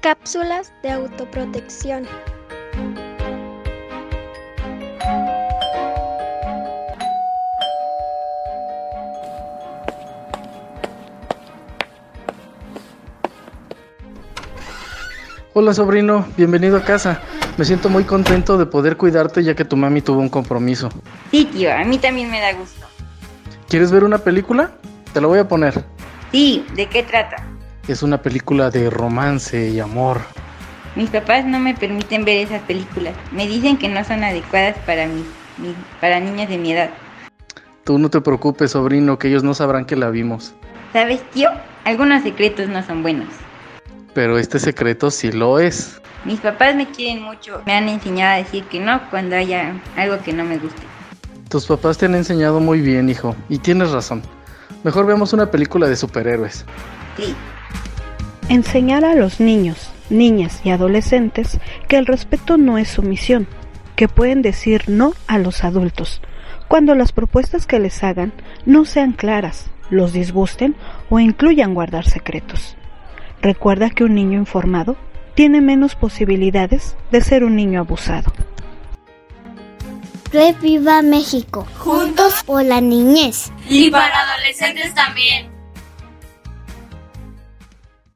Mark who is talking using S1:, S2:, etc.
S1: Cápsulas de autoprotección.
S2: Hola sobrino, bienvenido a casa. Me siento muy contento de poder cuidarte ya que tu mami tuvo un compromiso.
S3: Sí, tío, a mí también me da gusto.
S2: ¿Quieres ver una película? Te la voy a poner.
S3: Sí, ¿de qué trata?
S2: Es una película de romance y amor.
S3: Mis papás no me permiten ver esas películas. Me dicen que no son adecuadas para mí, mi- para niñas de mi edad.
S2: Tú no te preocupes sobrino, que ellos no sabrán que la vimos.
S3: ¿Sabes, tío? Algunos secretos no son buenos.
S2: Pero este secreto sí lo es.
S3: Mis papás me quieren mucho. Me han enseñado a decir que no cuando haya algo que no me guste.
S2: Tus papás te han enseñado muy bien, hijo, y tienes razón. Mejor veamos una película de superhéroes.
S3: Sí,
S4: Enseñar a los niños, niñas y adolescentes que el respeto no es sumisión, que pueden decir no a los adultos, cuando las propuestas que les hagan no sean claras, los disgusten o incluyan guardar secretos. Recuerda que un niño informado tiene menos posibilidades de ser un niño abusado.
S5: Reviva México. Juntos por la niñez.
S6: Y para adolescentes también.